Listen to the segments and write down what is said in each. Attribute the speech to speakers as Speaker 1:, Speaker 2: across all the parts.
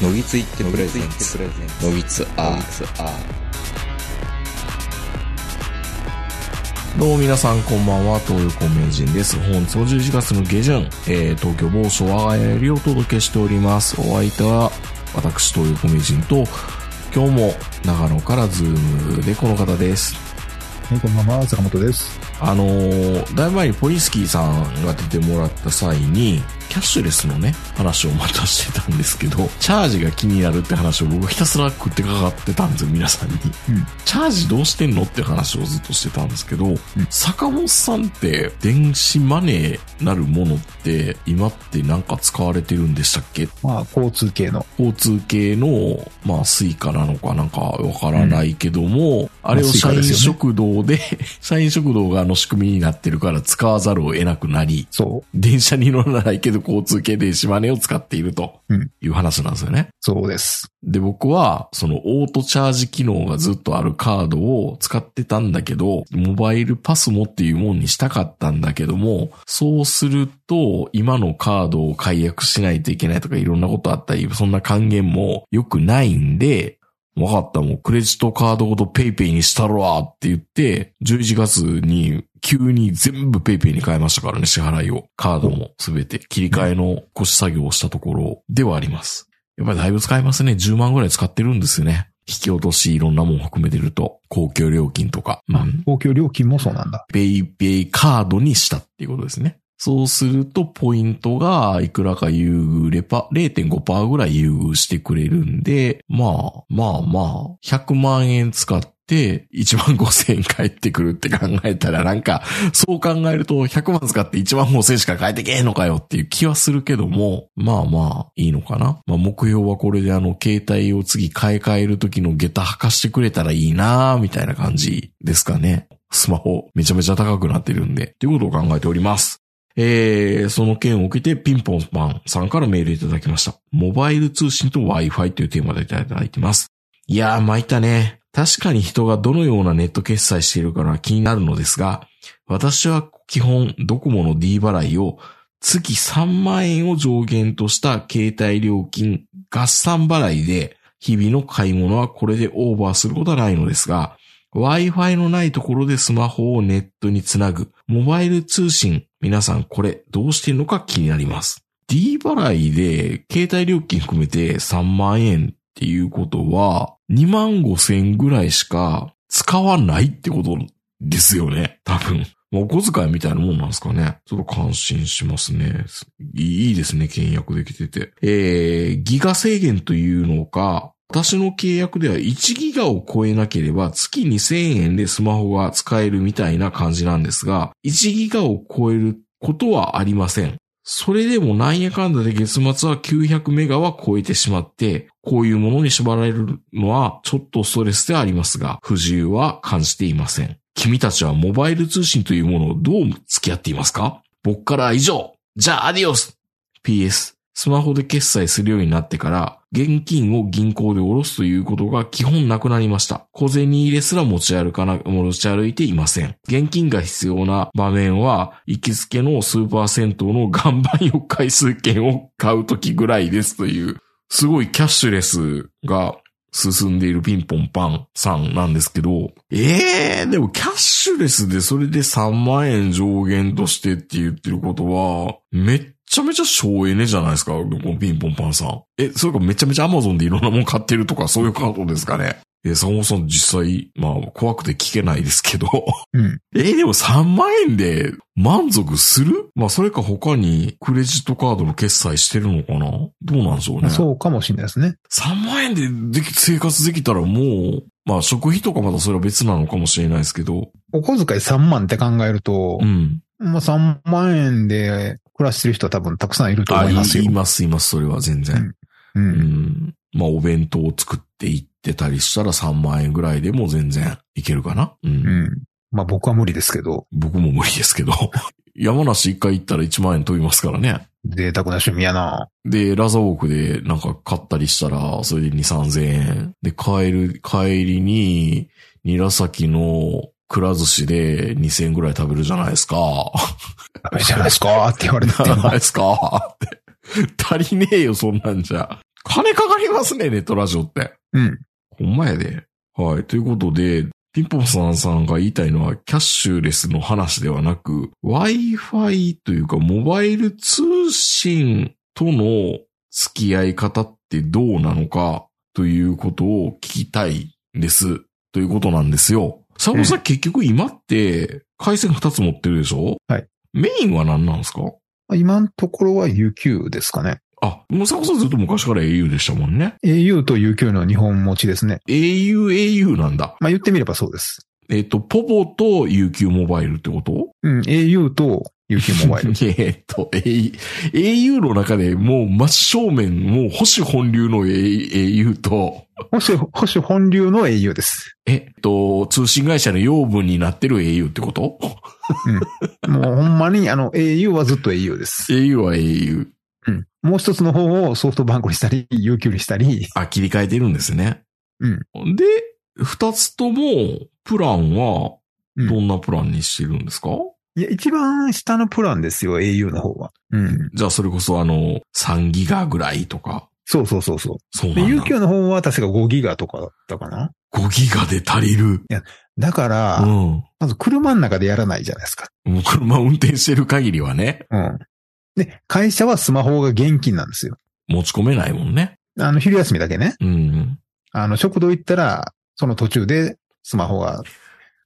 Speaker 1: のぎついってプレゼンツのぎつアーツアー
Speaker 2: どうも皆さんこんばんは、東横名人です。本日も11月の下旬、えー、東京某所我が家よりお届けしております。お相手は、私、東横名人と、今日も長野からズームでこの方です。
Speaker 3: はい、こんばんは、坂本です。
Speaker 2: あのー、だいぶ前にポリスキーさんが出てもらった際に、キャッシュレスのね、話をまたしてたんですけど、チャージが気になるって話を僕はひたすら食ってかかってたんですよ、皆さんに。
Speaker 3: うん
Speaker 2: チャージどうしてんのって話をずっとしてたんですけど、坂本さんって電子マネーなるものって今ってなんか使われてるんでしたっけ
Speaker 3: まあ、交通系の。
Speaker 2: 交通系の、まあ、スイカなのかなんかわからないけども、あれを
Speaker 3: まあスイ
Speaker 2: 社
Speaker 3: カ
Speaker 2: 員
Speaker 3: ですよね
Speaker 2: 食堂で、 社員食堂があの仕組みになってるから使わざるを得なくなり、
Speaker 3: そう、
Speaker 2: 電車に乗らないけど交通系電子マネーを使っていると
Speaker 3: うん
Speaker 2: いう話なんですよね。
Speaker 3: そうです。
Speaker 2: で、僕は、そのオートチャージ機能がずっとあるカードを使ってたんだけど、モバイルパスもっていうもんにしたかったんだけども、そうすると、今のカードを解約しないといけないとかいろんなことあったり、そんな還元も良くないんで、わかった、もうクレジットカードごとペイペイにしたるわって言って、11月に急に全部ペイペイに変えましたからね、支払いを。カードもすべて切り替えの腰作業をしたところではあります。やっぱりだいぶ使いますね。10万ぐらい使ってるんですよね。引き落としいろんなもん含めてると、公共料金とか、まあ、
Speaker 3: 公共料金もそうなんだ。
Speaker 2: ペイペイカードにしたっていうことですね。そうすると、ポイントがいくらか優遇レパ、0.5%ぐらい優遇してくれるんで、まあ、まあまあ、100万円使って1万5千円返ってくるって考えたら、なんか、そう考えると100万使って1万5千円しか返ってけえのかよっていう気はするけども、まあまあ、いいのかな。まあ、目標はこれであの、携帯を次買い替える時の下駄履かしてくれたらいいなーみたいな感じですかね。スマホめちゃめちゃ高くなってるんで、ということを考えております。えー、その件を受けてピンポンパンさんからメールいただきました。モバイル通信と Wi-Fi というテーマでいただいてます。いやー、参ったね。確かに人がどのようなネット決済しているかが気になるのですが、私は基本ドコモの D 払いを月3万円を上限とした携帯料金合算払いで、日々の買い物はこれでオーバーすることはないのですが、Wi-Fi のないところでスマホをネットにつなぐ、モバイル通信、皆さんこれどうしてんのか気になります。D 払いで携帯料金含めて3万円っていうことは、2万5千ぐらいしか使わないってことですよね、多分。まあお小遣いみたいなもんなんですかね。ちょっと感心しますね。すいいいですね、倹約できてて。えー、ギガ制限というのか、私の契約では1ギガを超えなければ月2000円でスマホが使えるみたいな感じなんですが、1ギガを超えることはありません。それでもなんやかんだで月末は900メガは超えてしまって、こういうものに縛られるのはちょっとストレスではありますが、不自由は感じていません。君たちはモバイル通信というものをどう付き合っていますか僕からは以上じゃあアディオス !PS、スマホで決済するようになってから、現金を銀行で下ろすということが基本なくなりました。小銭入れすら持ち歩かな、持ち歩いていません。現金が必要な場面は、行きつけのスーパー銭湯の岩盤浴回数券を買うときぐらいですという、すごいキャッシュレスが進んでいるピンポンパンさんなんですけど、ええー、でもキャッシュレスでそれで3万円上限としてって言ってることは、めっちゃめちゃ省エネじゃないですか、このピンポンパンさん。え、それかめちゃめちゃアマゾンでいろんなもん買ってるとかそういうカードですかね。えー、坂本さん実際、まあ怖くて聞けないですけど。
Speaker 3: うん。
Speaker 2: えーでも3万円で満足するまあそれか他にクレジットカードの決済してるのかなどうなんでしょうね。
Speaker 3: そうかもしれないですね。
Speaker 2: 3万円ででき、生活できたらもう、まあ食費とかまたそれは別なのかもしれないですけど、
Speaker 3: お小遣い3万って考えると
Speaker 2: う、ん。
Speaker 3: まあ3万円で暮らしてる人は多分たくさんいると
Speaker 2: あ、
Speaker 3: 思
Speaker 2: い
Speaker 3: いますよ
Speaker 2: い。ます、います、それは全然。う
Speaker 3: う
Speaker 2: ん。
Speaker 3: ん。
Speaker 2: まあお弁当を作っていってたりしたら3万円ぐらいでも全然いけるかな。うん。
Speaker 3: うん。まあ僕は無理ですけど、
Speaker 2: 僕も無理ですけど。 山梨一回行ったら1万円飛びますからね。
Speaker 3: 贅沢な趣味やな。
Speaker 2: で、ラザウォークでなんか買ったりしたら、それで2、3000円。で、帰る、帰りに、韮崎のくら寿司で2000円ぐらい食べるじゃないですか。
Speaker 3: ダ メじゃないですかって言われ
Speaker 2: じ
Speaker 3: て
Speaker 2: ゃ
Speaker 3: も
Speaker 2: ないですかって。足りねえよ、そんなんじゃ。金かかりますね、ネットラジオって。
Speaker 3: うん。
Speaker 2: ほんまやで。はい。ということで、ピンポンさんさんが言いたいのは、キャッシュレスの話ではなく、Wi-Fi というか、モバイル通信との付き合い方ってどうなのか、ということを聞きたいんです。ということなんですよ。サボさん、結局今って、回線2つ持ってるでしょ
Speaker 3: はい。
Speaker 2: メインは何なんですか
Speaker 3: まあ今のところは UQ ですかね。
Speaker 2: あ、もうサボさんずっと昔から au でしたもんね。
Speaker 3: au と UQ の日本持ちですね。
Speaker 2: au、au なんだ。
Speaker 3: まあ言ってみればそうです。
Speaker 2: えっ、と、ポポと UQ モバイルってこと
Speaker 3: うん、au と UQ モバイ ル。
Speaker 2: えーっと、au、au の中でもう真正面、もう保守本流の au と、
Speaker 3: 保守、保守本流の au です。
Speaker 2: えっと、通信会社の養分になってる au ってこと
Speaker 3: もうほんまに、あの、au はずっと au です。
Speaker 2: ?au は au。
Speaker 3: うん。もう一つの方をソフトバンクにしたり、UQ にしたり、
Speaker 2: あ、切り替えてるんですね。うん。で、二つとも、プランは、
Speaker 3: うん
Speaker 2: どんなプランにしてるんですか、
Speaker 3: いや、一番下のプランですよ、au の方は。うん。
Speaker 2: じゃあ、それこそあの、3ギガぐらいとか。
Speaker 3: そうそうそうそう。
Speaker 2: そう
Speaker 3: で、
Speaker 2: なんだ。
Speaker 3: UQ の方は確か5ギガとかだったかな。
Speaker 2: 5ギガで足りる。
Speaker 3: だか
Speaker 2: う
Speaker 3: ら、
Speaker 2: ん。
Speaker 3: まず車の中でやらないじゃないですか。
Speaker 2: もう車運転してる限りはね、
Speaker 3: うん。で、会社はスマホが現金なんですよ。
Speaker 2: 持ち込めないもんね。
Speaker 3: あの、昼休みだけね。
Speaker 2: うん。
Speaker 3: あの、食堂行ったら、その途中でスマホが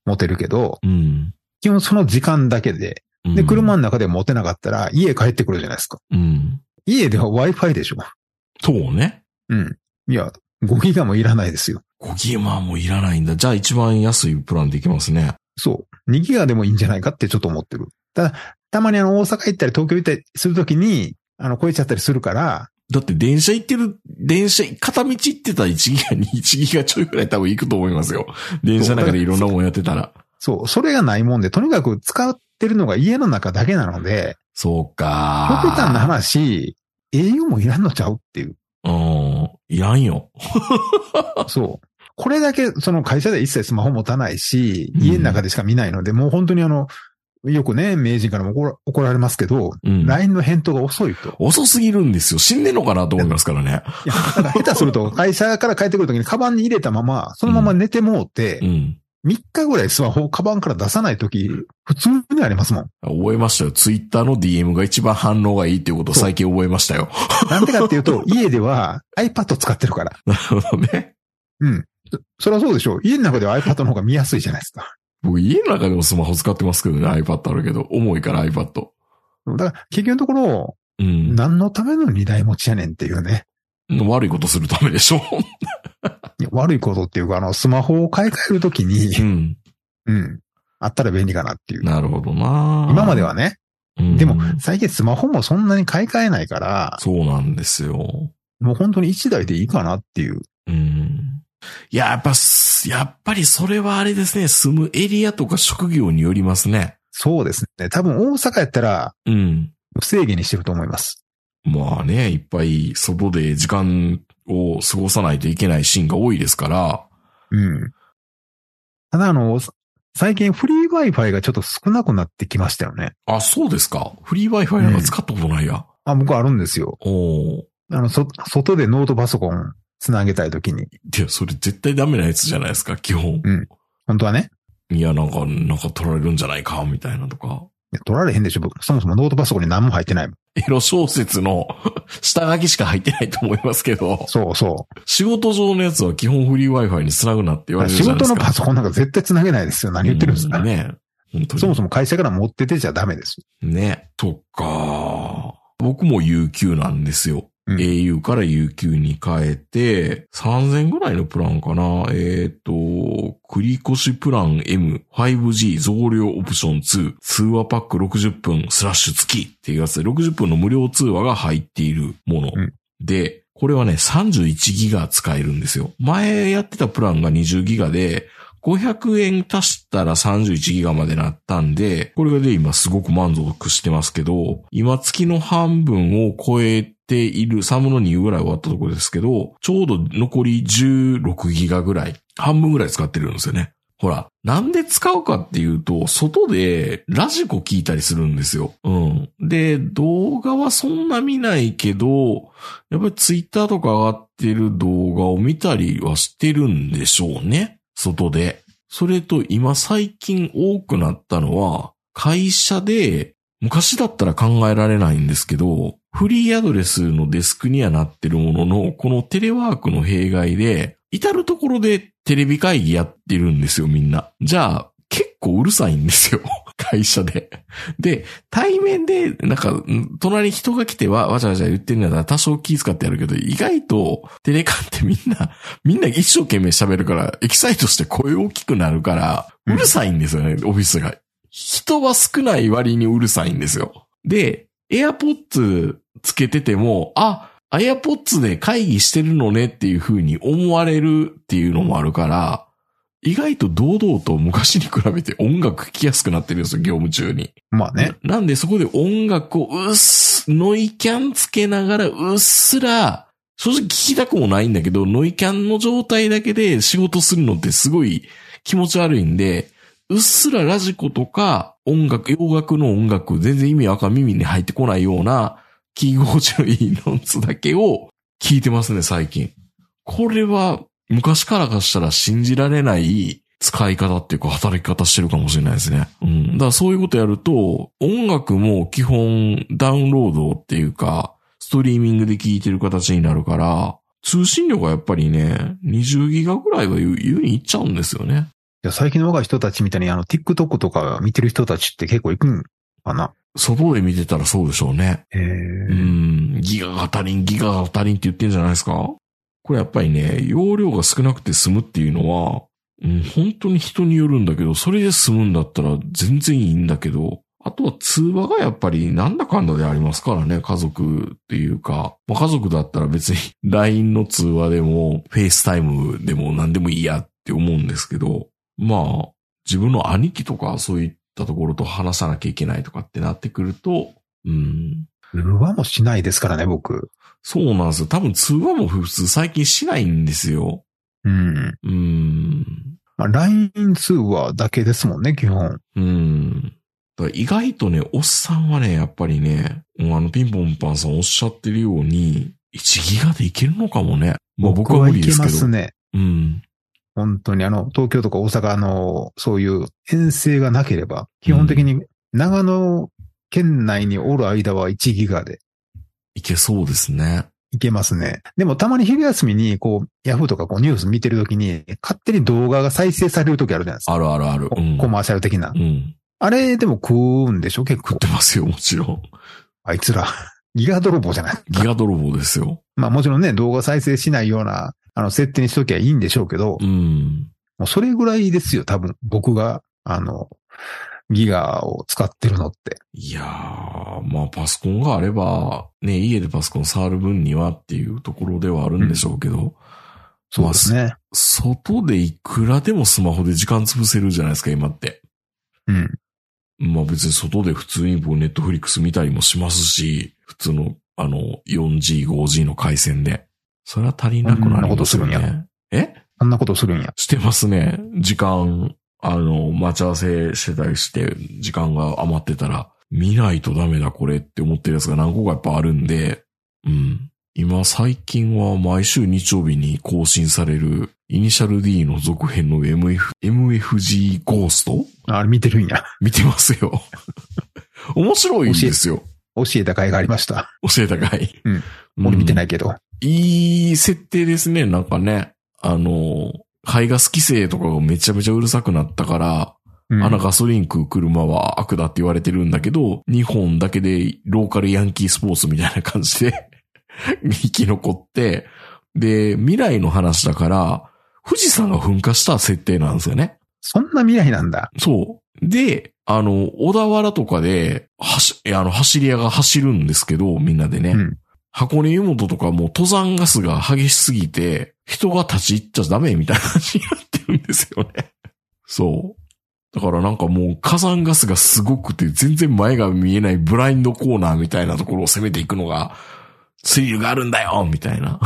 Speaker 3: 持てるけど、
Speaker 2: うん。
Speaker 3: 基本その時間だけで、
Speaker 2: うん
Speaker 3: で、車の中で持てなかったら、家帰ってくるじゃないですか。
Speaker 2: うん。
Speaker 3: 家では Wi-Fi でしょ。
Speaker 2: そうね。
Speaker 3: うん。いや、5ギガもいらないですよ。
Speaker 2: 5ギガもいらないんだ。じゃあ一番安いプランでいきますね。
Speaker 3: そう。2ギガでもいいんじゃないかってちょっと思ってる。ただ、たまにあの、大阪行ったり東京行ったりするときに、あの、超えちゃったりするから、
Speaker 2: だって電車行ってる、電車、片道行ってたら1ギガ に1ギガちょいくらい多分行くと思いますよ。電車の中でいろんなもんやってたら。
Speaker 3: そう、それがないもんで、とにかく使ってるのが家の中だけなので、
Speaker 2: そう
Speaker 3: 極
Speaker 2: か。
Speaker 3: 端な話、栄養もいらんのちゃうっていう。
Speaker 2: うん。いらんよ。
Speaker 3: そう。これだけ、その会社で一切スマホ持たないし、
Speaker 2: うん
Speaker 3: 家の中でしか見ないので、もう本当にあの、よくね、名人からも怒ら怒られますけど、
Speaker 2: うん。
Speaker 3: LINE の返答が遅いと。
Speaker 2: 遅すぎるんですよ。死んでんのかなと思いますからね。
Speaker 3: いや、だから下手すると、会社から帰ってくるときにカバンに入れたまま、そのまま寝てもうて、
Speaker 2: うん。
Speaker 3: 3日ぐらいスマホをカバンから出さないとき、普通にありますもん。
Speaker 2: 覚えましたよ。ツイッターの DM が一番反応がいいっていうことを最近覚えましたよ。
Speaker 3: なんでかっていうと、家では iPad 使ってるから。
Speaker 2: なるほどね。
Speaker 3: うん。そそりゃそうでしょう。家の中では iPad の方が見やすいじゃないですか。
Speaker 2: 僕家の中でもスマホ使ってますけどね、iPad あるけど。重いから iPad。
Speaker 3: だから、結局のところ、
Speaker 2: うん。
Speaker 3: 何のための二台持ちやねんっていうね。
Speaker 2: 悪いことするためでしょ。
Speaker 3: いや悪いことっていうか、あの、スマホを買い替えるとき
Speaker 2: う
Speaker 3: に、
Speaker 2: ん。
Speaker 3: うん。あったら便利かなっていう。
Speaker 2: なるほどな
Speaker 3: 今まではね。
Speaker 2: うん
Speaker 3: でも、最近スマホもそんなに買い替えないから、
Speaker 2: そうなんですよ。
Speaker 3: もう本当に一台でいいかなっていう。
Speaker 2: うん。いや、やっぱす、やっぱりそれはあれですね。住むエリアとか職業によりますね。
Speaker 3: そうですね。多分大阪やったら、
Speaker 2: うん。
Speaker 3: 不正義にしてると思います。
Speaker 2: まあね、いっぱい外で時間を過ごさないといけないシーンが多いですから。
Speaker 3: うん。ただあの、最近フリー Wi-Fi がちょっと少なくなってきましたよね。
Speaker 2: あ、そうですか。フリー Wi-Fi なんか使ったことないや。
Speaker 3: あ、僕あるんですよ。
Speaker 2: おー。
Speaker 3: あの、そ、外でノートパソコンつなげたいときに。
Speaker 2: いや、それ絶対ダメなやつじゃないですか、基本。
Speaker 3: 本当はね、
Speaker 2: いや、なんか、なんか取られるんじゃないか、みたいなとか。
Speaker 3: いや取られへんでしょ。僕そもそもノートパソコンに何も入ってないもん。
Speaker 2: エロ小説の 下書きしか入ってないと思いますけど、
Speaker 3: そうそ
Speaker 2: 仕事上のやつは基本フリー Wi-Fi に繋ぐなって言わ
Speaker 3: う。
Speaker 2: れる
Speaker 3: 仕
Speaker 2: じゃないで
Speaker 3: 事
Speaker 2: す
Speaker 3: の
Speaker 2: か。
Speaker 3: パソコンなんか絶対つなげないですよ。何言ってるんですか、
Speaker 2: うんね。本当に。
Speaker 3: そもそも会社から持っててちゃダメです。
Speaker 2: ね。そっか。僕も UQ なんですよ。
Speaker 3: うん
Speaker 2: au から UQ に変えて、3000ぐらいのプランかな。えっ、と、繰り越しプラン M、5G 増量オプション2、通話パック60分スラッシュ付きっていうやつで、60分の無料通話が入っているもの。
Speaker 3: うん
Speaker 2: で、これはね、31ギガ使えるんですよ。前やってたプランが20ギガで、500円足したら31ギガまでなったんで、これがで今すごく満足してますけど、今月の半分を超えている3分の2ぐらい終わったところですけど、ちょうど残り16ギガぐらい、半分ぐらい使ってるんですよね。ほら、なんで使うかっていうと、外でラジコ聞いたりするんですよ。うん。で、動画はそんな見ないけど、やっぱりツイッターとか上がってる動画を見たりはしてるんでしょうね。外で。それと今最近多くなったのは、会社で、昔だったら考えられないんですけど、フリーアドレスのデスクにはなってるものの、このテレワークの弊害で、至るところでテレビ会議やってるんですよ、みんな。じゃあ、結構うるさいんですよ。 会社で。で、対面で、なんか、ん隣に人が来てわ、わちゃわちゃ言ってるんだったら多少気遣ってやるけど、意外と、テレカってみんな、みんな一生懸命喋るから、エキサイトして声大きくなるから、うるさいんですよね、オフィスが。人は少ない割にうるさいんですよ。で、AirPods つけてても、あ、AirPods で会議してるのねっていう風に思われるっていうのもあるから、意外と堂々と昔に比べて音楽聴きやすくなってるんですよ、業務中に。
Speaker 3: まあね。
Speaker 2: ななんでそこで音楽をうっす、ノイキャンつけながらうっすら、正直聞きたくもないんだけど、ノイキャンの状態だけで仕事するのってすごい気持ち悪いんで、うっすらラジコとか音楽、洋楽の音楽、全然意味わかん耳に入ってこないような、聞き心地のいいノンツだけを聞いてますね、最近。これは昔からかしたら信じられない使い方っていうか働き方してるかもしれないですね。うん。だからそういうことやると、音楽も基本ダウンロードっていうか、ストリーミングで聞いてる形になるから、通信量がやっぱりね、20ギガぐらいは優優にいっちゃうんですよね。
Speaker 3: いや最近の若い人たちみたいに、あの、TikTok とか見てる人たちって結構行くんかな。
Speaker 2: 外で見てたらそうでしょうね。
Speaker 3: え
Speaker 2: う
Speaker 3: ー、
Speaker 2: ん、ギガが足りん、ギガが足りんって言ってんじゃないですかこれやっぱりね、容量が少なくて済むっていうのは、うん、本当に人によるんだけど、それで済むんだったら全然いいんだけど、あとは通話がやっぱりなんだかんだでありますからね、家族っていうか、まあ、家族だったら別に LINE の通話でも、FaceTime でも何でもいいやって思うんですけど、まあ、自分の兄貴とかそういったところと話さなきゃいけないとかってなってくると、うん、
Speaker 3: 通話もしないですからね、僕。
Speaker 2: そうなんですよ。多分通話も普通最近しないんですよ。
Speaker 3: うん。
Speaker 2: うーん。
Speaker 3: まあ、LINE 通話だけですもんね、基本。
Speaker 2: うーん。だから意外とね、おっさんはね、やっぱりね、うんあの、ピンポンパンさんおっしゃってるように、1ギガでいけるのかもね。まあ僕は無理ですけ
Speaker 3: 僕行けます
Speaker 2: ど。
Speaker 3: ね。
Speaker 2: うん。
Speaker 3: 本当にあの、東京とか大阪の、そういう遠征がなければ、基本的に長野県内におる間は1ギガで
Speaker 2: いけそうですね。
Speaker 3: いけますね。でもたまに昼休みに、こう、ヤフーとかこうニュース見てるときに、勝手に動画が再生されるときあるじゃないですか。
Speaker 2: あるあるある。
Speaker 3: こ
Speaker 2: うん。
Speaker 3: コマーシャル的な
Speaker 2: う。ん。
Speaker 3: あれでも食うんでしょ結
Speaker 2: 食っ
Speaker 3: 構。
Speaker 2: てますよ、もちろん。
Speaker 3: あいつら。ギガ泥棒じゃない。
Speaker 2: ギガ泥棒ですよ。
Speaker 3: まあもちろんね、動画再生しないような、あの、設定にしときゃいいんでしょうけど、
Speaker 2: うん。
Speaker 3: もうそれぐらいですよ、多分。僕が、あの、ギガを使ってるのって。
Speaker 2: いやー、まあパソコンがあれば、ね、家でパソコン触る分にはっていうところではあるんでしょうけど、
Speaker 3: そうですね。
Speaker 2: 外でいくらでもスマホで時間潰せるじゃないですか、今って。
Speaker 3: うん。
Speaker 2: まあ別に外で普通にこうネットフリックス見たりもしますし、普通のあの 4G、5G の回線で。それは足りなくなりますよ
Speaker 3: そんなことするんや
Speaker 2: ね。え
Speaker 3: そんなことするんや。
Speaker 2: してますね。時間、あの、待ち合わせしてたりして、時間が余ってたら、見ないとダメだこれって思ってるやつが何個かやっぱあるんで、うん。今最近は毎週日曜日に更新される、イニシャル D の続編の MF、MFG ゴースト
Speaker 3: あれ見てるんや。
Speaker 2: 見てますよ。面白いんですよ。
Speaker 3: 教えた甲斐がありました。
Speaker 2: 教えたかい。
Speaker 3: うん。俺見て
Speaker 2: い
Speaker 3: ないけど。
Speaker 2: いい設定ですね、なんかね。あの、排ガス規制とかがめちゃめちゃうるさくなったから、
Speaker 3: うん
Speaker 2: あのガソリン食う車は悪だって言われてるんだけど、日本だけでローカルヤンキースポーツみたいな感じで 生き残って、で、未来の話だから、富士山が噴火した設定なんですよね。
Speaker 3: そんな未来なんだ。
Speaker 2: そう。で、あの、小田原とかで、はし、あの、走り屋が走るんですけど、みんなでね。
Speaker 3: うん
Speaker 2: 箱根湯本とかもう登山ガスが激しすぎて、人が立ち入っちゃダメみたいな話になってるんですよね。 そう。だからなんかもう火山ガスがすごくて全然前が見えないブラインドコーナーみたいなところを攻めていくのがスリルがあるんだよ みたいな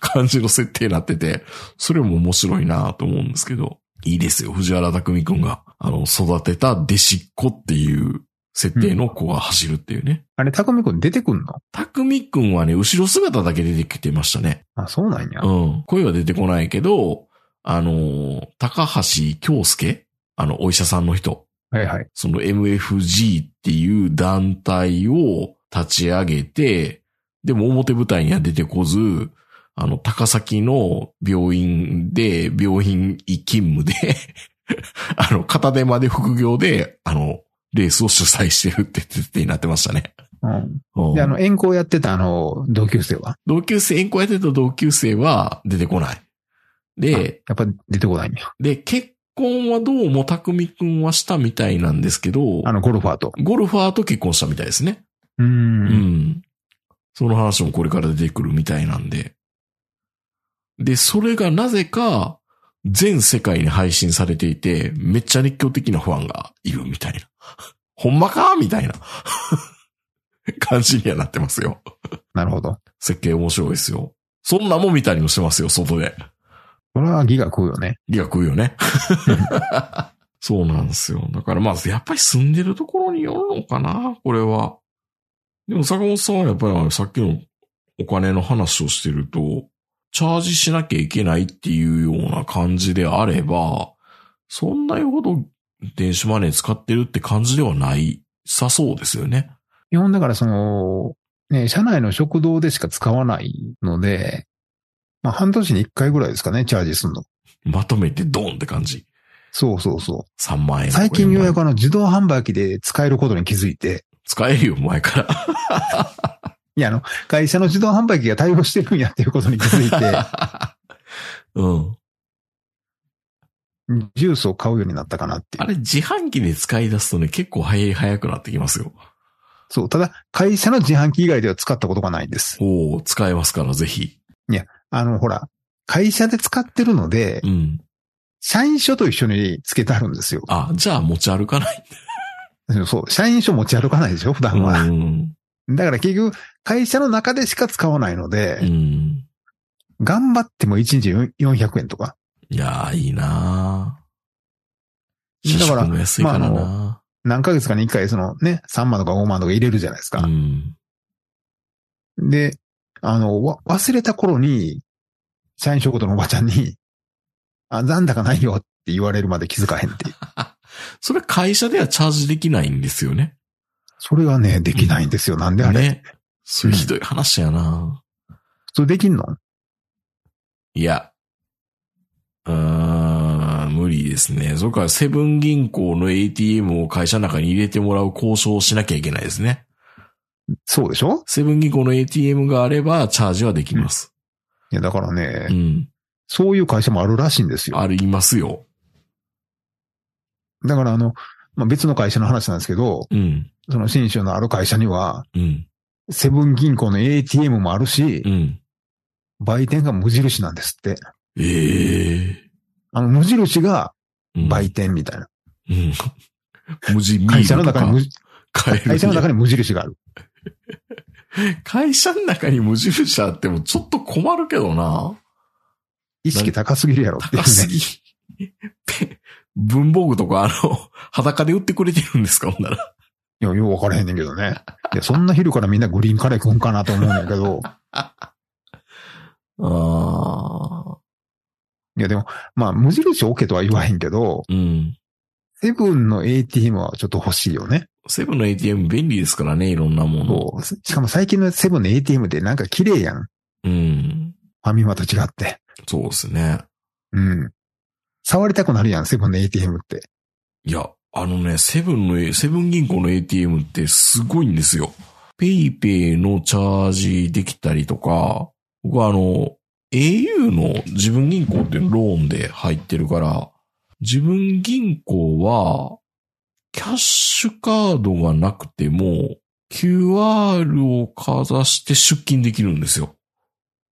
Speaker 2: 感じの設定になってて、それも面白いなと思うんですけど。いいですよ。藤原匠くんが、あの、育てた弟子っ子っていう設定の子が走るっていうね。
Speaker 3: あれ、たくみくん出てくんの
Speaker 2: 匠くんはね、後ろ姿だけ出てきてましたね。
Speaker 3: あ、そうなんや。
Speaker 2: うん。声は出てこないけど、あのー高橋京介あの、お医者さんの人。
Speaker 3: はいはい。
Speaker 2: その MFG っていう団体を立ち上げて、でも表舞台には出てこず、あの、高崎の病院で、病院医勤務で、 あの、片手まで副業で、あの、レースを主催してるって設定になってましたね。
Speaker 3: うん。
Speaker 2: うん
Speaker 3: で、あの、遠行やってたあの、同級生は。
Speaker 2: 同級生、遠行やってた同級生は出てこない。で、
Speaker 3: やっぱ出てこないんや。
Speaker 2: で、結婚はどうも匠くんはしたみたいなんですけど、
Speaker 3: あの、ゴルファーと。
Speaker 2: ゴルファーと結婚したみたいですね。
Speaker 3: うー。
Speaker 2: うんん。その話もこれから出てくるみたいなんで。で、それがなぜか全世界に配信されていて、めっちゃ熱狂的なファンがいるみたいな。 ほんまかみたいな 感じにはなってますよ。
Speaker 3: なるほど。
Speaker 2: 設計面白いですよ。そんなもん見たりもしてますよ、外で。
Speaker 3: これはギガ食うよね。
Speaker 2: リア食うよね。 そうなんですよ。だからまあ、やっぱり住んでるところによるのかな、これは。でも坂本さんはやっぱりあのさっきのお金の話をしてると、チャージしなきゃいけないっていうような感じであれば、そんなにほど電子マネー使ってるって感じではないさそうですよね。
Speaker 3: 基本だからその、ね、社内の食堂でしか使わないので、まあ、半年に1回ぐらいですかね、チャージするの。
Speaker 2: まとめてドンって感じ。
Speaker 3: そうそうそ
Speaker 2: 3万円。
Speaker 3: う。最近ようや
Speaker 2: こ
Speaker 3: く
Speaker 2: れ
Speaker 3: あの、自動販売機で使えることに気づいて、
Speaker 2: 使えるよ、前から。
Speaker 3: いや、あの、会社の自動販売機が対応してるんやっていうことに気づ いて、
Speaker 2: うん。
Speaker 3: ジュースを買うようになったかなってい
Speaker 2: あ
Speaker 3: う。
Speaker 2: れ自販機で使い出すとね、結構早い、早くなってきますよ。
Speaker 3: そう。ただ、会社の自販機以外では使ったことがないんです。
Speaker 2: おー使えますから、ぜひ。
Speaker 3: あの、ほら、会社で使ってるので
Speaker 2: う、ん。
Speaker 3: 社員証と一緒に付けてあるんですよ。
Speaker 2: あ、じゃあ持ち歩かない。
Speaker 3: そう。社員証持ち歩かないでしょ、普段は。
Speaker 2: うん。
Speaker 3: だから結局、会社の中でしか使わないので、
Speaker 2: うん。
Speaker 3: 頑張っても1日400円とか。
Speaker 2: いやー、いいなー
Speaker 3: だから
Speaker 2: 社食も安いからな、
Speaker 3: 何ヶ月かに1回、そのね、3万とか5万とか入れるじゃないですか
Speaker 2: う。ん。
Speaker 3: で、あの、わ忘れた頃に、社員食堂のおばちゃんに、あ、残高ないよって言われるまで気づかへ んっていう。
Speaker 2: それ会社ではチャージできないんですよね。
Speaker 3: それがね、できないんですよ。なんであれ。
Speaker 2: ね。それひどい話やな、
Speaker 3: 普通できんの
Speaker 2: いや。うーん、無理ですね。それからセブン銀行の ATM を会社の中に入れてもらう交渉をしなきゃいけないですね。
Speaker 3: そうでしょ
Speaker 2: セブン銀行の ATM があればチャージはできます。
Speaker 3: いや、だからね、
Speaker 2: うん。
Speaker 3: そういう会社もあるらしいんですよ。
Speaker 2: ありますよ。
Speaker 3: だからあの、まあ、別の会社の話なんですけど、
Speaker 2: うん。
Speaker 3: その新州のある会社には、
Speaker 2: うん。
Speaker 3: セブン銀行の ATM もあるし
Speaker 2: う、ん。
Speaker 3: 売店が無印なんですって。
Speaker 2: ええ
Speaker 3: あの、無印が
Speaker 2: ー。
Speaker 3: 売店みたいな。
Speaker 2: うん。うん。無人ミールとか
Speaker 3: 会社の中に無、
Speaker 2: 買える。
Speaker 3: 会社の中に無印がある。
Speaker 2: 会社の中に無印あってもちょっと困るけどな。
Speaker 3: 意識高すぎるやろっていう
Speaker 2: 高す
Speaker 3: ね。
Speaker 2: ぎ。ペ 文房具とかあの、 裸で売ってくれてるんですかほんなら。
Speaker 3: いや、よう分からへんねんけどね。いや、そんな昼からみんなグリーンカレー食うんかなと思うんだけど。
Speaker 2: ああ。
Speaker 3: いや、でも、まあ、無印 OK とは言わへんけど、
Speaker 2: うん。
Speaker 3: セブンの ATM はちょっと欲しいよね。
Speaker 2: セブンの ATM 便利ですからね、いろんなもの。
Speaker 3: こうしかも最近のセブンの ATM ってなんか綺麗やん。フ
Speaker 2: うん。
Speaker 3: ァミマと違って。
Speaker 2: そうですね。
Speaker 3: うん。触りたくなるやん、セブンの ATM って。
Speaker 2: いや、あのね、セブンの、セブン銀行の ATM ってすごいんですよ。ペイペイのチャージできたりとか、僕はあの、au の自分銀行っていうローンで入ってるから、自分銀行は、キャッシュカードがなくても、QR をかざして出金できるんですよ。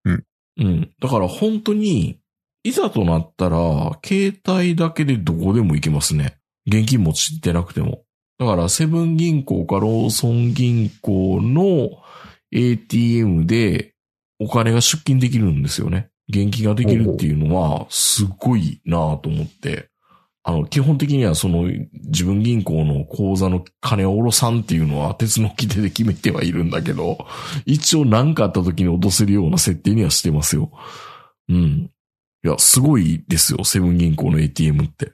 Speaker 3: うん。
Speaker 2: うん。だから本当に、いざとなったら、携帯だけでどこでも行けますね。現金持ちってなくても。だから、セブン銀行かローソン銀行の ATM でお金が出金できるんですよね。現金ができるっていうのは、すごいなぁと思って。あの、基本的にはその自分銀行の口座の金を下ろさんっていうのは鉄の規定で決めてはいるんだけど、一応何かあった時に落とせるような設定にはしてますよ。うん。いや、すごいですよ、セブン銀行の ATM って。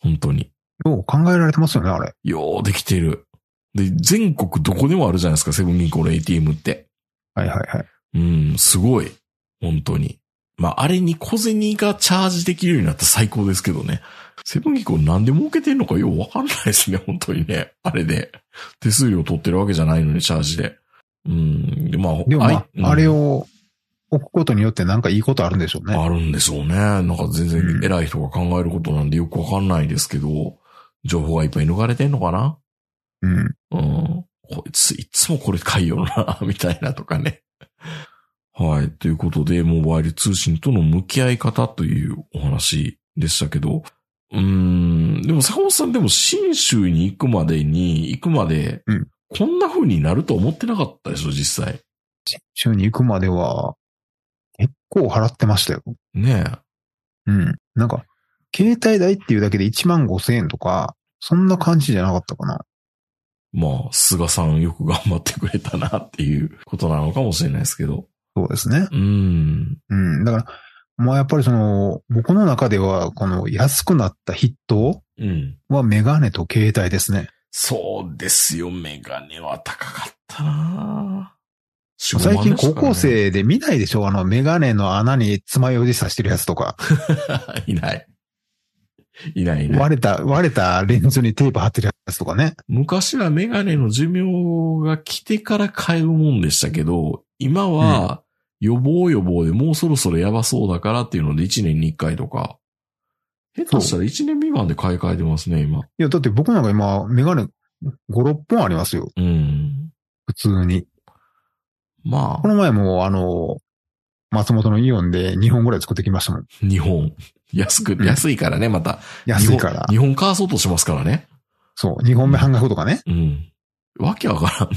Speaker 2: 本当に。
Speaker 3: よう考えられてますよね、あれ。
Speaker 2: ようできてる。で、全国どこでもあるじゃないですか、セブン銀行の ATM って。
Speaker 3: はいはいはい。
Speaker 2: うん、すごい。本当に。まあ、あれに小銭がチャージできるようになったら最高ですけどね。セブン銀行なんで儲けてんのかようわかんないですね、 本当にね。あれで。手数料取ってるわけじゃないのに、チャージで。うん、でまあ、
Speaker 3: でも、まあ
Speaker 2: いうん
Speaker 3: あれを置くことによってなんかいいことあるんでしょうね。
Speaker 2: あるんでしょうね。なんか全然
Speaker 3: うん
Speaker 2: 偉い人が考えることなんでよくわかんないですけど、情報がいっぱい抜かれてんのかな
Speaker 3: うん。
Speaker 2: うん。こいつ、いつもこれ買いよな、 みたいなとかね。はい。ということで、モバイル通信との向き合い方というお話でしたけど、うーん。でも、坂本さん、でも、新州に行くまでに、行くまで
Speaker 3: うん、
Speaker 2: こんな風になると思ってなかったでしょ、実際。
Speaker 3: 週に行くまでは、結構払ってましたよ。
Speaker 2: ね
Speaker 3: うん。なんか、携帯代っていうだけで1万5千円とか、そんな感じじゃなかったかな。
Speaker 2: え。まあ、菅さんよく頑張ってくれたな、っていうことなのかもしれないですけど。
Speaker 3: そうですね。
Speaker 2: うーん。
Speaker 3: うん。だから、もうやっぱりその、僕の中では、この安くなった筆頭
Speaker 2: うん。
Speaker 3: はメガネと携帯ですね。
Speaker 2: そうですよ、メガネは高かったなぁ
Speaker 3: 最近高校。生で見ないでしょあのメガネの穴に爪楊枝刺してるやつとか、
Speaker 2: 45万ですからねい ない。いないいない。
Speaker 3: 割れた、割れたレンズにテープ貼ってるやつとかね。
Speaker 2: 昔はメガネの寿命が来てから買うもんでしたけど、今は予防予防でもうそろそろやばそうだからっていうので1年に1回とか。下手したら1年未満で買い替えてますね、今。
Speaker 3: いや、だって僕なんか今、メガネ5、6本ありますよ。
Speaker 2: うん。
Speaker 3: 普通に。
Speaker 2: ま
Speaker 3: こ
Speaker 2: あ、
Speaker 3: の前も、あの、松本のイオンで2本ぐらい作ってきましたもん。
Speaker 2: 日本。安く、
Speaker 3: うん
Speaker 2: 安いからね、また。
Speaker 3: 安いから。
Speaker 2: 日本、日本買わそうとしますからね。
Speaker 3: そう、2本目半額とかね。
Speaker 2: うん。わけわからんって。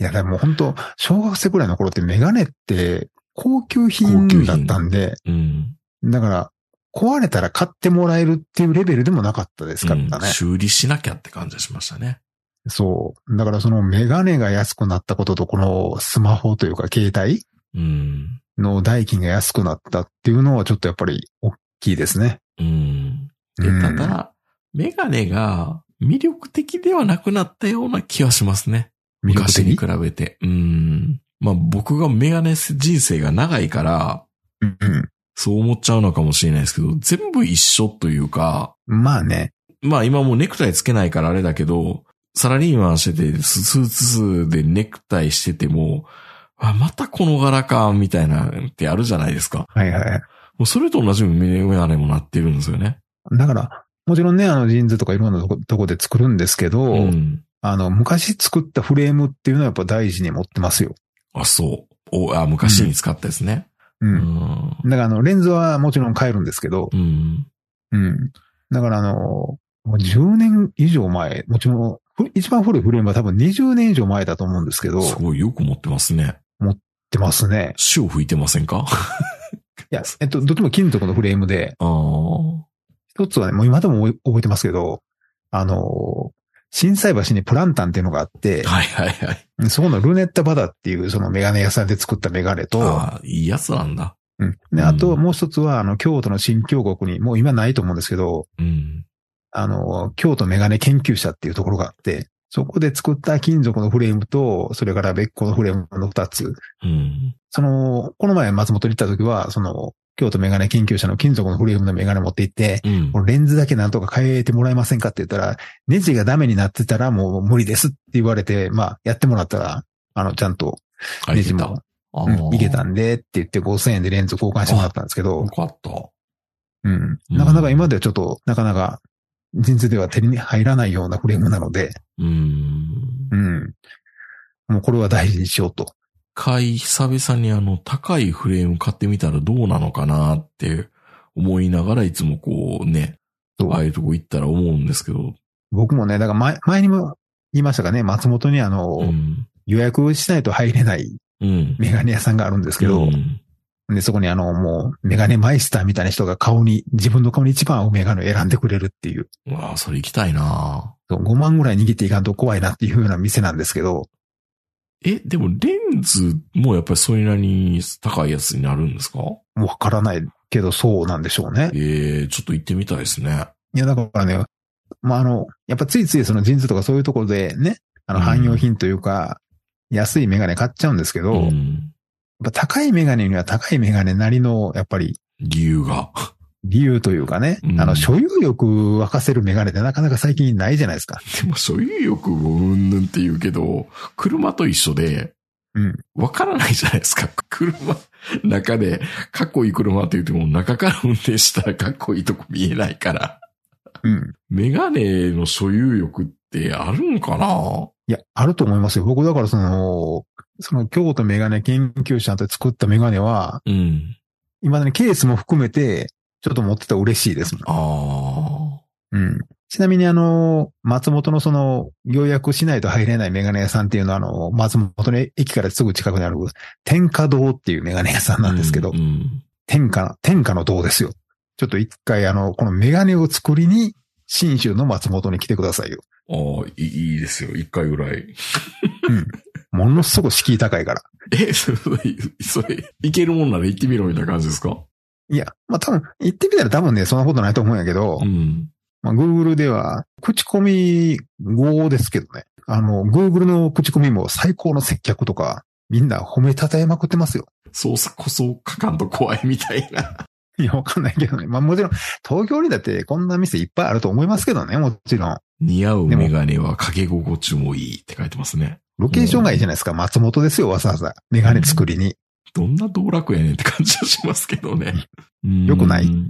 Speaker 3: いや、でも本当小学生ぐらいの頃ってメガネって高級品だったんで、
Speaker 2: うん。
Speaker 3: だから、壊れたら買ってもらえるっていうレベルでもなかったですからね。
Speaker 2: うん修理しなきゃって感じがしましたね。
Speaker 3: そう。だからそのメガネが安くなったことと、このスマホというか携帯
Speaker 2: うん。
Speaker 3: の代金が安くなったっていうのはちょっとやっぱり大きいですね。
Speaker 2: うん。で
Speaker 3: うん
Speaker 2: ただ、メガネが魅力的ではなくなったような気はしますね。
Speaker 3: 魅力
Speaker 2: 昔に
Speaker 3: 的
Speaker 2: 比。べて。うん。まあ僕がメガネ人生が長いから、
Speaker 3: うんうん
Speaker 2: そう思っちゃうのかもしれないですけど、全部一緒というか、
Speaker 3: まあね。
Speaker 2: まあ今もうネクタイつけないからあれだけど、サラリーマンしてて、ススーツでネクタイしてても、あ、またこの柄か、みたいなのってあるじゃないですか。
Speaker 3: はいはい。
Speaker 2: もうそれと同じようにメガネもなってるんですよね。
Speaker 3: だから、もちろんね、あのジーンズとかいろんなとことこで作るんですけど、
Speaker 2: うん。
Speaker 3: あの、昔作ったフレームっていうのはやっぱ大事に持ってますよ。
Speaker 2: あ、そう。おあ昔に使ったですね。
Speaker 3: う。
Speaker 2: うんん。
Speaker 3: だからあの、レンズはもちろん変えるんですけど、
Speaker 2: うん。
Speaker 3: うん。だからあの、もう10年以上前、もちろん、ふ一番古いフレームは多分20年以上前だと思うんですけど、
Speaker 2: すごいよく持ってますね。
Speaker 3: ってますね。
Speaker 2: 塩吹いてませんか
Speaker 3: いや、えっと、どっちも金属のフレームで、
Speaker 2: ああ。
Speaker 3: 一つはね、もう今でも覚え覚えてますけど、あの、震災橋にプランタンっていうのがあって、
Speaker 2: はいはいはい。
Speaker 3: そこのルネッタバダっていうそのメガネ屋さんで作ったメガネと、
Speaker 2: ああ、いいやつなんだ。
Speaker 3: うん、であともう一つは、あの、京都の新京極に、もう今ないと思うんですけど、
Speaker 2: うん。
Speaker 3: あの、京都メガネ研究者っていうところがあって、そこで作った金属のフレームと、それから別個のフレームの二つ。
Speaker 2: うん。
Speaker 3: その、この前松本に行った時は、その、京都メガネ研究者の金属のフレームのメガネ持って行って、
Speaker 2: うん
Speaker 3: こ。のレンズだけなんとか変えてもらえませんかって言ったら、ネジがダメになってたらもう無理ですって言われて、まあ、やってもらったら、あの、ちゃんと
Speaker 2: あ
Speaker 3: ネジ
Speaker 2: い
Speaker 3: も、
Speaker 2: あ
Speaker 3: うん
Speaker 2: ー
Speaker 3: いけたんでって言って5000円でレンズ交換してもらったんですけど
Speaker 2: よ、かった。
Speaker 3: うん。
Speaker 2: うん
Speaker 3: なかなか今まではちょっと、なかなか、人生では手に入らないようなフレームなので、
Speaker 2: うん
Speaker 3: う。ん。もうこれは大事にしようと。
Speaker 2: 一回久々にあの高いフレーム買ってみたらどうなのかなって思いながらいつもこうね、
Speaker 3: そう
Speaker 2: ああいうとこ行ったら思うんですけど、
Speaker 3: 僕もね、だから前、前にも言いましたかね、松本にあの、
Speaker 2: うん。
Speaker 3: 予約しないと入れない
Speaker 2: うん。
Speaker 3: メガネ屋さんがあるんですけ
Speaker 2: う
Speaker 3: ど、
Speaker 2: ん
Speaker 3: で、そこにあの、もう、メガネマイスターみたいな人が顔に、自分の顔に一番合うメガネを選んでくれるっていう。
Speaker 2: うわあ、それ行きたいな
Speaker 3: そう5万ぐらい握っていかんと怖いなっていうような店なんですけど、
Speaker 2: え、でもレンズもやっぱりそれなりに高いやつになるんですか
Speaker 3: わからないけどそうなんでしょうね。
Speaker 2: ええちょっと行ってみたいですね。
Speaker 3: いや、だからね、まあ、あの、やっぱついついそのジーンズとかそういうところでね、あの、
Speaker 2: うん
Speaker 3: 汎用品というか、安いメガネ買っちゃうんですけど、やっ
Speaker 2: ん。
Speaker 3: ぱ高いメガネには高いメガネなりの、やっぱり
Speaker 2: 理由が。
Speaker 3: 理由というかね、
Speaker 2: うん
Speaker 3: あの、所有欲沸かせるメガネってなかなか最近ないじゃないですか。
Speaker 2: でも所有欲をうんぬんって言うけど、車と一緒で、
Speaker 3: うん。
Speaker 2: わからないじゃないですか。 車、中で、かっこいい車って言っても、中から運転したら かっこいいとこ見えないから。
Speaker 3: うん。
Speaker 2: メガネの所有欲ってあるんかない
Speaker 3: や、あると思いますよ。僕だからその、その京都メガネ研究者と作ったメガネは、
Speaker 2: うん。
Speaker 3: 今ね、ケースも含めて、ちょっと持ってたら嬉しいですもん。
Speaker 2: あ
Speaker 3: うん。ちなみにあの、松本のその、予約しないと入れないメガネ屋さんっていうのはあの、松本の駅からすぐ近くにある、天下堂っていうメガネ屋さん
Speaker 2: あ。
Speaker 3: なんですけど、
Speaker 2: うんうん
Speaker 3: 天下の、天下の堂ですよ。ちょっと一回あの、このメガネを作りに、新州の松本に来てくださいよ。
Speaker 2: ああ、いいいいですよ。一回ぐらい。
Speaker 3: ものすごく敷居高いから。
Speaker 2: え、それ、それ、いけるもんなら行ってみろみたいな感じですか
Speaker 3: いや、まあ、多分、行ってみたら多分ね、そんなことないと思うんやけど、
Speaker 2: うん。
Speaker 3: まあ、Google では、口コミ5ですけどね。あの、Google の口コミも最高の接客とか、みんな褒めたたえまくってますよ。
Speaker 2: 操作こそ書かんと怖いみたいな。
Speaker 3: いや、わかんないけどね。まあもちろん、東京にだってこんな店いっぱいあると思いますけどね、もちろん。
Speaker 2: 似合うメガネはかけ心地もいいって書いてますね。
Speaker 3: ロケーションがいいじゃないですか。松本ですよ、わざわざ。メガネ作りに。
Speaker 2: どんな道楽やねんって感じはしますけどね。
Speaker 3: よくない
Speaker 2: うん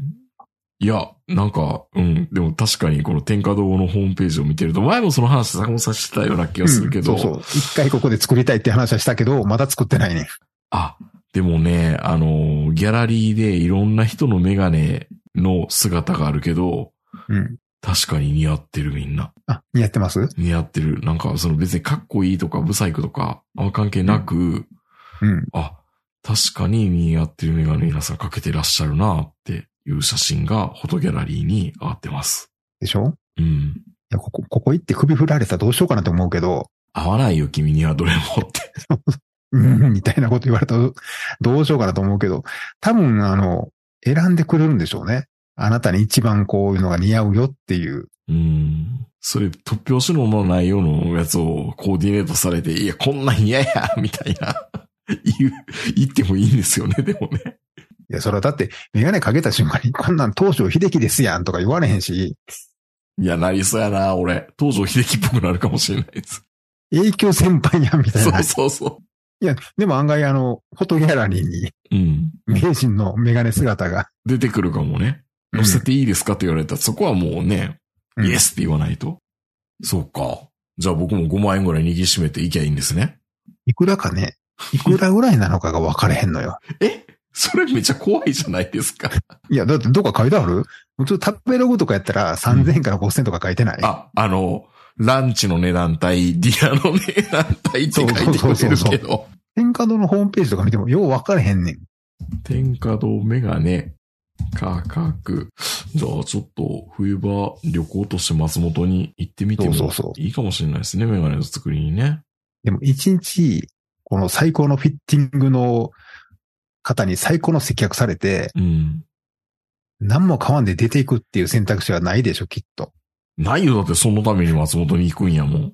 Speaker 2: いや、なんか、うん、でも確かにこの天下堂のホームページを見てると、前もその話坂本さんしてたような気がするけど、
Speaker 3: うんそうそう。一回ここで作りたいって話はしたけど、まだ作ってないね。
Speaker 2: あ、でもね、あの、ギャラリーでいろんな人のメガネの姿があるけど、
Speaker 3: うん。
Speaker 2: 確かに似合ってるみんな。
Speaker 3: あ、似合ってます
Speaker 2: 似合ってる。なんか、その別にかっこいいとか、ブサイクとか、あんま関係なく、
Speaker 3: うん。
Speaker 2: あ、確かに似合ってるメガネ皆さんかけてらっしゃるなっていう写真がフォトギャラリーに上がってます。
Speaker 3: でしょ
Speaker 2: うん。
Speaker 3: いや、ここ、ここ行って首振られたらどうしようかなと思うけど、
Speaker 2: 合わないよ、君にはどれもって。
Speaker 3: うん、みたいなこと言われたらどうしようかなと思うけど、多分、あの、選んでくれるんでしょうね。あなたに一番こういうのが似合うよっていう。
Speaker 2: うん。それ、突拍子のものないようなやつをコーディネートされて、いや、こんなん嫌や、みたいな。 言う、言ってもいいんですよね、でもね。
Speaker 3: いや、それはだって、メガネかけた瞬間に、こんなん東條秀樹ですやんとか言われへんし、
Speaker 2: いや、なりそうやな、俺。東条秀樹っぽくなるかもしれない です。
Speaker 3: 永久先輩やんみたい
Speaker 2: そ
Speaker 3: な。
Speaker 2: う
Speaker 3: い
Speaker 2: そうそ
Speaker 3: や、でも案外あの、フォトギャラリーに、
Speaker 2: う。うん。
Speaker 3: 名人のメガネ姿が。
Speaker 2: 出てくるかもね。乗せていいですかって言われたら、そこはもうね、
Speaker 3: うん
Speaker 2: イエスって言わないと。そうか。じゃあ僕も5万円ぐらい握りしめていきゃいいんですね。
Speaker 3: いくらかね、いくらぐらいなのかが分かれへんのよ。
Speaker 2: えそれめっちゃ怖いじゃないですか。
Speaker 3: いや、だってどっか書いてある普通食べログとかやったら3000円から5000円とか書いてない。
Speaker 2: あ、あの、ランチの値段帯、ディアの値段帯って書いて
Speaker 3: そうそう
Speaker 2: く
Speaker 3: そ
Speaker 2: れ
Speaker 3: う
Speaker 2: る
Speaker 3: そう
Speaker 2: けど。
Speaker 3: 天下堂のホームページとか見てもよう分かれへんねん。
Speaker 2: 天下堂メガネ、価格。じゃあちょっと冬場旅行として松本に行ってみても
Speaker 3: そうそうそう
Speaker 2: いいかもしれないですね。メガネの作りにね。
Speaker 3: でも一日、この最高のフィッティングの方に最高の接客されて、
Speaker 2: うん。
Speaker 3: 何も買わんで出ていくっていう選択肢はないでしょ、きっと。
Speaker 2: ないよ、だってそのために松本に行くんやもん。い
Speaker 3: い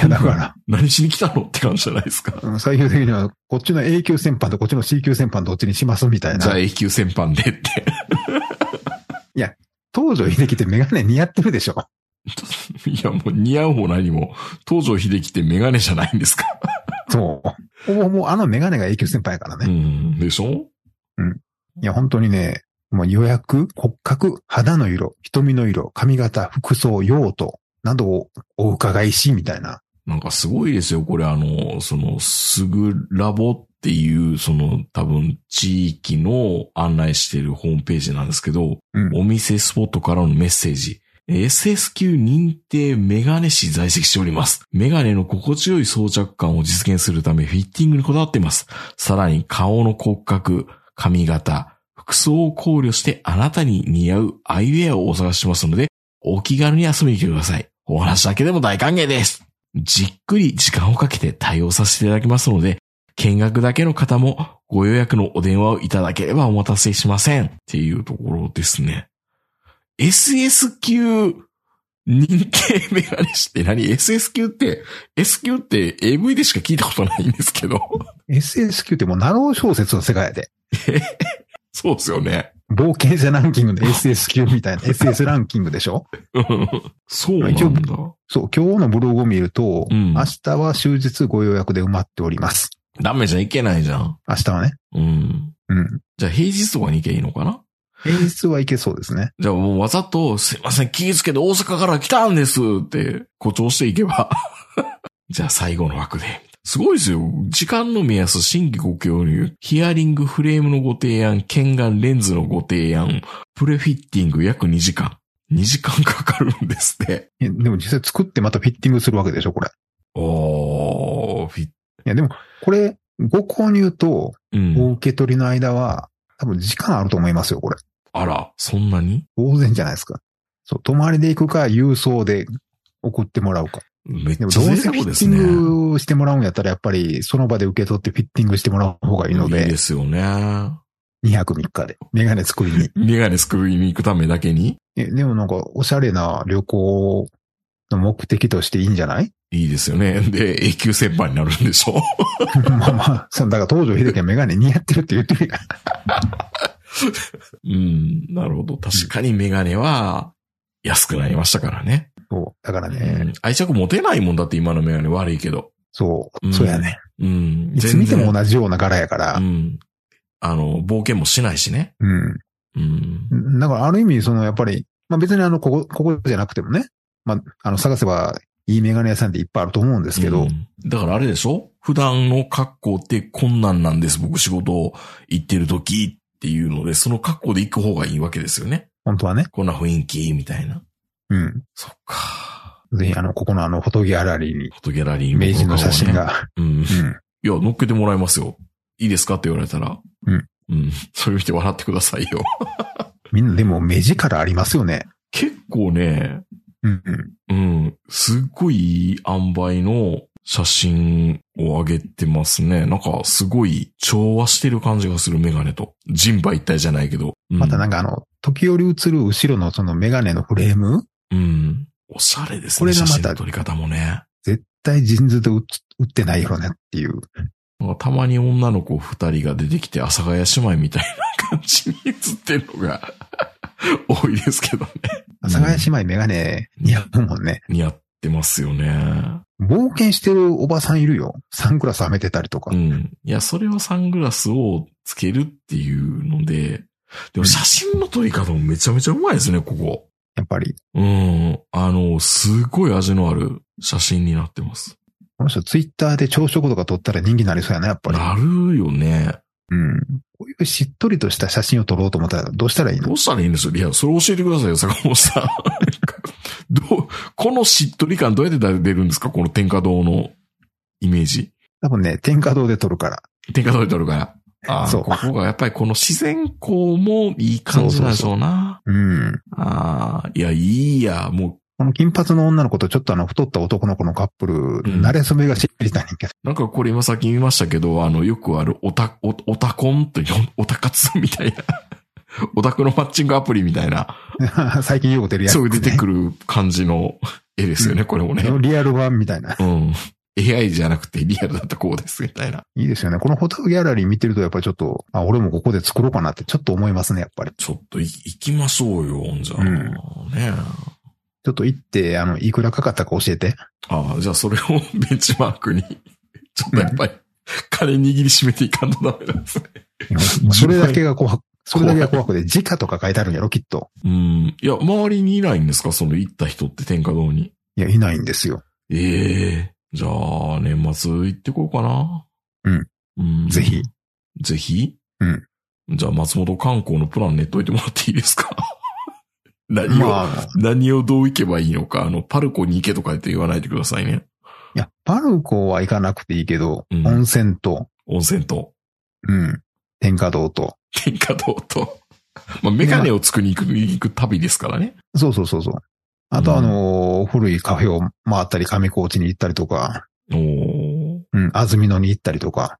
Speaker 3: や、だから、
Speaker 2: 何しに来たのって感じじゃないですか。
Speaker 3: うん最終的には、こっちの A 級戦犯とこっちの C 級戦犯どっちにしますみたい
Speaker 2: じゃあ
Speaker 3: な。
Speaker 2: 永久戦犯でって。
Speaker 3: 東條秀樹ってメガネ似合ってるでしょ。
Speaker 2: いや、もう似合うも何も、東条秀樹ってメガネじゃないんですか。
Speaker 3: そう。もう、もうあのメガネが A 級先輩やから
Speaker 2: う
Speaker 3: ね。
Speaker 2: ん、でしょ
Speaker 3: いや、本当にね、もう予約、骨格、肌の色、瞳の色、髪型、服装、用途などをお伺いし、みたいな。
Speaker 2: なんかすごいですよ。これあの、その、すぐラボっていう、その、多分、地域の案内しているホームページなんですけど、
Speaker 3: うん
Speaker 2: お店スポットからのメッセージ。SS 級認定メガネ師在籍しております。メガネの心地よい装着感を実現するためフィッティングにこだわっています。さらに顔の骨格、髪型、服装を考慮してあなたに似合うアイウェアをお探ししますので、お気軽に遊びに来てください。お話だけでも大歓迎です。じっくり時間をかけて対応させていただきますので、見学だけの方もご予約のお電話をいただければお待たせしません。っていうところですね。SS 級認定メガネ師って何 ?SS 級って、S 級って AV でしか聞いたことないんですけど。
Speaker 3: SSQ ってもうナロー小説の世界やで。
Speaker 2: そうですよね。
Speaker 3: 冒険者ランキングで SSQ みたいな SS ランキングでしょ
Speaker 2: うんそうなんだ。
Speaker 3: そう、今日のブログを見ると、
Speaker 2: うん
Speaker 3: 明日は終日ご予約で埋まっております。
Speaker 2: ダメじゃいけないじゃん。
Speaker 3: 明日はね。
Speaker 2: うん。
Speaker 3: うん。
Speaker 2: じゃあ平日とかに行けばいいのかな
Speaker 3: 平日はいけそうですね。
Speaker 2: じゃあもうわざと、すいません、気ぃつけて大阪から来たんですって誇張していけ ば。じゃあ最後の枠で。すごいですよ。時間の目安、新規ご購入、ヒアリングフレームのご提案、剣眼レンズのご提案、プレフィッティング約2時間。2時間かかるんですって。
Speaker 3: えでも実際作ってまたフィッティングするわけでしょ、これ。
Speaker 2: おー、フィッ、
Speaker 3: いや、でも、これ、ご購入と
Speaker 2: うん。
Speaker 3: お受け取りの間は、多分時間あると思いますよ、これ。
Speaker 2: あら、そんなに
Speaker 3: 当然じゃないですか。そう、泊まりで行くか、郵送で送ってもらうか。
Speaker 2: めっち
Speaker 3: で
Speaker 2: ゃ
Speaker 3: も、どう
Speaker 2: 贅
Speaker 3: せフィ
Speaker 2: 沢で
Speaker 3: ッ
Speaker 2: す
Speaker 3: ティ
Speaker 2: ね。
Speaker 3: ングしてもらうんやったら、やっぱり、その場で受け取ってフィッティングしてもらう方がいいの
Speaker 2: いい
Speaker 3: で
Speaker 2: で、すよね。
Speaker 3: 2泊3日で。メガネ作りに。
Speaker 2: メガネ作りに行くためだけに
Speaker 3: え、でもなんか、おしゃれな旅行の目的としていいんじゃない
Speaker 2: いいですよね。で、永久先輩になるんでしょ
Speaker 3: まあまあ、そうだから東条秀樹はメガネ似合ってるって言ってるやん。
Speaker 2: うん、なるほど。確かにメガネは安くなりましたからね。
Speaker 3: そう。だから
Speaker 2: う
Speaker 3: ね
Speaker 2: ん、愛着持てないもんだって今のメガネ悪いけど。
Speaker 3: そう、
Speaker 2: うん
Speaker 3: そうやね。
Speaker 2: うん。
Speaker 3: いつ見ても
Speaker 2: な
Speaker 3: 同じような柄やから
Speaker 2: う、ん。あの、冒険もしないしね。
Speaker 3: うん。
Speaker 2: うん。
Speaker 3: だからある意味、そのやっぱり、まあ別にあの、ここ、ここじゃなくてもね、まあ、あの、探せばいいメガネ屋さんっていっぱいあると思うんですけど、
Speaker 2: うんだからあれでしょ普段の格好ってこんなんなんです。僕仕事行ってる時っていうので、その格好で行く方がいいわけですよね。
Speaker 3: 本当はね、
Speaker 2: こんな雰囲気みたいな。
Speaker 3: うん。
Speaker 2: そっか。
Speaker 3: ぜひあの、ここのあの、フォトギャラリーに、
Speaker 2: フォトギャラリー
Speaker 3: 明治の写真
Speaker 2: が
Speaker 3: が、
Speaker 2: うん。い
Speaker 3: うん。
Speaker 2: や、乗っけてもらいますよ。いいですかって言われたら。
Speaker 3: うん。
Speaker 2: うん。それ見て笑ってくださいよ。
Speaker 3: みんなでも目力ありますよね。
Speaker 2: 結構ね、
Speaker 3: うん、うん。
Speaker 2: うん。すっごいいい塩梅の写真を上げてますね。なんか、すごい調和してる感じがするメガネと。人馬一体じゃないけど。
Speaker 3: またなん
Speaker 2: か。
Speaker 3: かあの、時折映る後ろのそのメガネのフレーム、
Speaker 2: うん。おしゃれですね。
Speaker 3: これがまた
Speaker 2: 写真の撮り方もね。
Speaker 3: 絶対ジーンズで映映ってないよねっていう。
Speaker 2: なんかたまに女の子二人が出てきて、阿佐ヶ谷姉妹みたいな感じに写ってるのが 多いですけどね。
Speaker 3: 阿佐ヶ谷姉妹メガネ似合うもんね。
Speaker 2: 似合ってますよね。
Speaker 3: 冒険してるおばさんいるよ。サングラスはめてたりとか。
Speaker 2: うん。いや、それはサングラスをつけるっていうので、でも写真の撮り方もめちゃめちゃうまいですね、ここ。
Speaker 3: やっぱり、
Speaker 2: うん。あの、すごい味のある写真になってます。
Speaker 3: この人ツイッターで朝食とか撮ったら人気になりそうやな、やっぱり。
Speaker 2: なるよね。
Speaker 3: うん。こういうしっとりとした写真を撮ろうと思ったらどうしたらいい
Speaker 2: ど
Speaker 3: の
Speaker 2: うしたらいいんですよいや、それ教えてくださいよ、坂本さん。 どう、このしっとり感どうやって出るんですかこの天下堂のイメージ。
Speaker 3: 多分ね、天下堂で撮るから。
Speaker 2: 天下取れとるから。あ
Speaker 3: そ
Speaker 2: あ、
Speaker 3: う
Speaker 2: ここがやっぱりこの自然光もいい感じなんでしょうな。
Speaker 3: うん。
Speaker 2: ああ、いや、いいや、も
Speaker 3: この金髪の女の子とちょっとあの太った男の子のカップル、
Speaker 2: ん
Speaker 3: 慣れ初めが知りたいねんけど。
Speaker 2: う、なんかこれ今さっき見ましたけど、あの、よくあるオタ、オオタコンという、オタ活みたいな。 オタクのマッチングアプリみたいな、
Speaker 3: 最近よく出るやつ、
Speaker 2: そういう出てくる感じの絵ですよね、これもね。
Speaker 3: のリアル版みたいな。
Speaker 2: うん。AI じゃなくてリアルだったこうです、みたいな。
Speaker 3: いいですよね。このフォトギャラリー見てるとやっぱりちょっと、あ、俺もここで作ろうかなってちょっと思いますね、やっぱり。
Speaker 2: ちょっとい行きましょうよ、ほんじゃ。
Speaker 3: うん
Speaker 2: ねえ
Speaker 3: ちょっと行って、あの、いくらかかったか教 えて。
Speaker 2: ああ、じゃあそれを ベンチマークに、ちょっとやっぱり、金握りしめていかんとダメなんですね。
Speaker 3: それだけが怖く、それだけが怖くで、時価とか書いてあるんやろ、きっと。
Speaker 2: うん。いや、周りにいないんですかその行った人って天下堂に。
Speaker 3: いや、いないんですよ。
Speaker 2: ええじゃあ、年末行ってこようかな。
Speaker 3: うん。
Speaker 2: うん。
Speaker 3: ぜひ。
Speaker 2: ぜひ
Speaker 3: うん。
Speaker 2: じゃあ、松本観光のプラン練っといてもらっていいですか 何を、
Speaker 3: まあ、
Speaker 2: 何をどう行けばいいのか、あの、パルコに行けとかって言わないでくださいね。
Speaker 3: いや、パルコは行かなくていいけど、
Speaker 2: うん
Speaker 3: 温泉と、
Speaker 2: 温泉と。
Speaker 3: うん、天下堂と、
Speaker 2: 天下道と。まあ、メガネを作りに行く行く旅ですからね。
Speaker 3: そうそうそうそう。あとあのー古いカフェを回ったり、上高地に行ったりとか、
Speaker 2: おー。
Speaker 3: うん、安曇野に行ったりとか。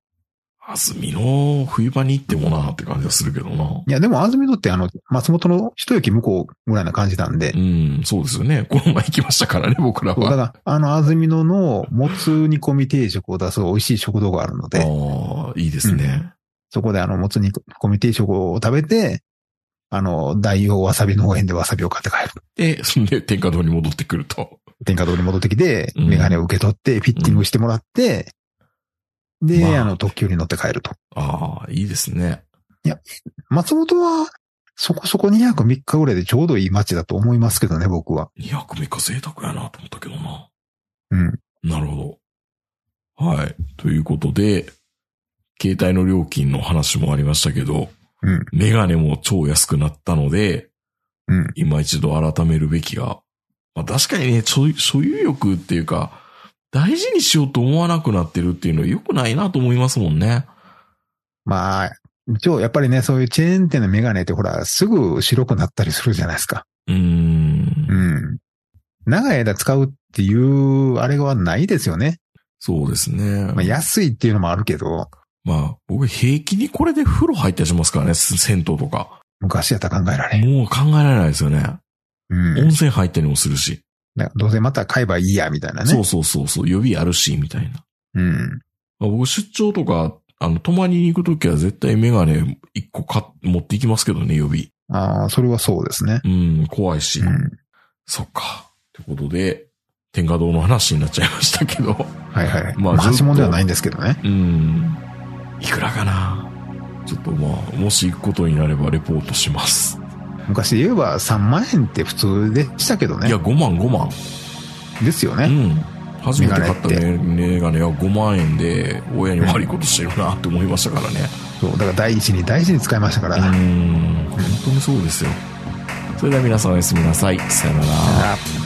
Speaker 2: 安曇野、冬場に行ってもなって感じがするけどな。
Speaker 3: いや、でも安曇野ってあの、松本の一駅向こうぐらいな感じなんで、
Speaker 2: うん、そうですよね。この前行きましたからね、僕ら
Speaker 3: そうだ
Speaker 2: は。
Speaker 3: から、あの、安曇野のもつ煮込み定食を出す美味しい食堂があるので、
Speaker 2: ああ、いいですね。
Speaker 3: そこであの、もつ煮込み定食を食べて、あの、大王わさび農園でわさびを買って帰る。
Speaker 2: で、そんで天下道に戻ってくると。
Speaker 3: 天下堂に戻ってきて、
Speaker 2: うん
Speaker 3: メガネを受け取って、フィッティングしてもらって、で、
Speaker 2: まあ
Speaker 3: あの、特急に乗って帰ると。
Speaker 2: ああ、いいですね。
Speaker 3: 松本は、そこそこ2泊3日ぐらいでちょうどいい街だと思いますけどね、僕は。
Speaker 2: 2泊3日贅沢やなと思ったけどな。
Speaker 3: うん。
Speaker 2: なるほど。はい。ということで、携帯の料金の話もありましたけど、
Speaker 3: うん。
Speaker 2: メガネも超安くなったので、
Speaker 3: うん。
Speaker 2: 今一度改めるべきが、まあ確かにね、所有所有欲っていうか、大事にしようと思わなくなってるっていうのは良くないなと思いますもんね。
Speaker 3: まあ、一応、やっぱりね、そういうチェーン店のメガネってほら、すぐ白くなったりするじゃないですか。
Speaker 2: うーん。
Speaker 3: うん。長い間使うっていう、あれはないですよね。
Speaker 2: そうですね。
Speaker 3: まあ、安いっていうのもあるけど、
Speaker 2: まあ、僕平気にこれで風呂入ったりしますからね、す銭湯とか。
Speaker 3: 昔やったら考えられん。
Speaker 2: もう考えられないですよね。
Speaker 3: うん
Speaker 2: 温。泉入ったりもするし。
Speaker 3: だからどうせまた買えばいいや、みたいなね。
Speaker 2: そうそうそうそう、予備あるし、みたいな。
Speaker 3: うん。
Speaker 2: まあ僕出張とか、あの、泊まりに行くときは絶対メガネ一個買っ持っていきますけどね、予備。
Speaker 3: ああ、それはそうですね。
Speaker 2: うん、怖いし。
Speaker 3: うん。
Speaker 2: そっか。ってことで、天下堂の話になっちゃいましたけど。
Speaker 3: はいはい。
Speaker 2: ま
Speaker 3: ま
Speaker 2: あ
Speaker 3: あ、
Speaker 2: ずっと
Speaker 3: 橋本ではないんですけどね。
Speaker 2: うん。いくらかなちょっとまあ、もし行くことになればレポートします。
Speaker 3: 昔で言えば3万円って普通でしたけど
Speaker 2: い
Speaker 3: ね
Speaker 2: や、。5万、5万。
Speaker 3: ですよ
Speaker 2: う
Speaker 3: ね。
Speaker 2: ん。初めて買った
Speaker 3: メガ
Speaker 2: メメガネは5万円で、親に悪いことしてるなって思いましたからね。
Speaker 3: そう。だから第一に大事に使いましたか
Speaker 2: う
Speaker 3: ら。
Speaker 2: ん。本当にそうですよ。それでは皆さんおやすみなさい。さよなら。
Speaker 3: あ